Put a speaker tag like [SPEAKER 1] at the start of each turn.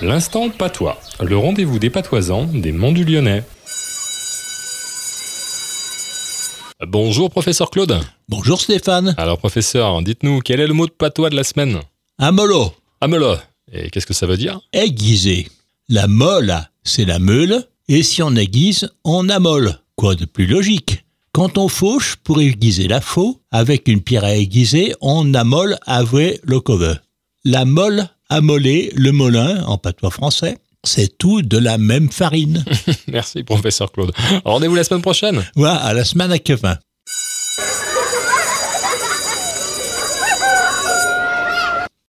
[SPEAKER 1] L'instant patois, le rendez-vous des patoisans des Monts du Lyonnais. Bonjour professeur Claude.
[SPEAKER 2] Bonjour Stéphane.
[SPEAKER 1] Alors professeur, dites-nous quel est le mot de patois de la semaine
[SPEAKER 2] Amolo,
[SPEAKER 1] Amela. Et qu'est-ce que ça veut dire
[SPEAKER 2] aiguisé. La molle, c'est la meule, et si on aiguise, on amole. Quoi de plus logique Quand on fauche pour aiguiser la faux, avec une pierre à aiguiser, on amole avec le cove. La molle, amoler, le molin, en patois français, c'est tout de la même farine.
[SPEAKER 1] Merci professeur Claude. Rendez-vous la semaine prochaine.
[SPEAKER 2] Voilà, à la semaine à Kevin.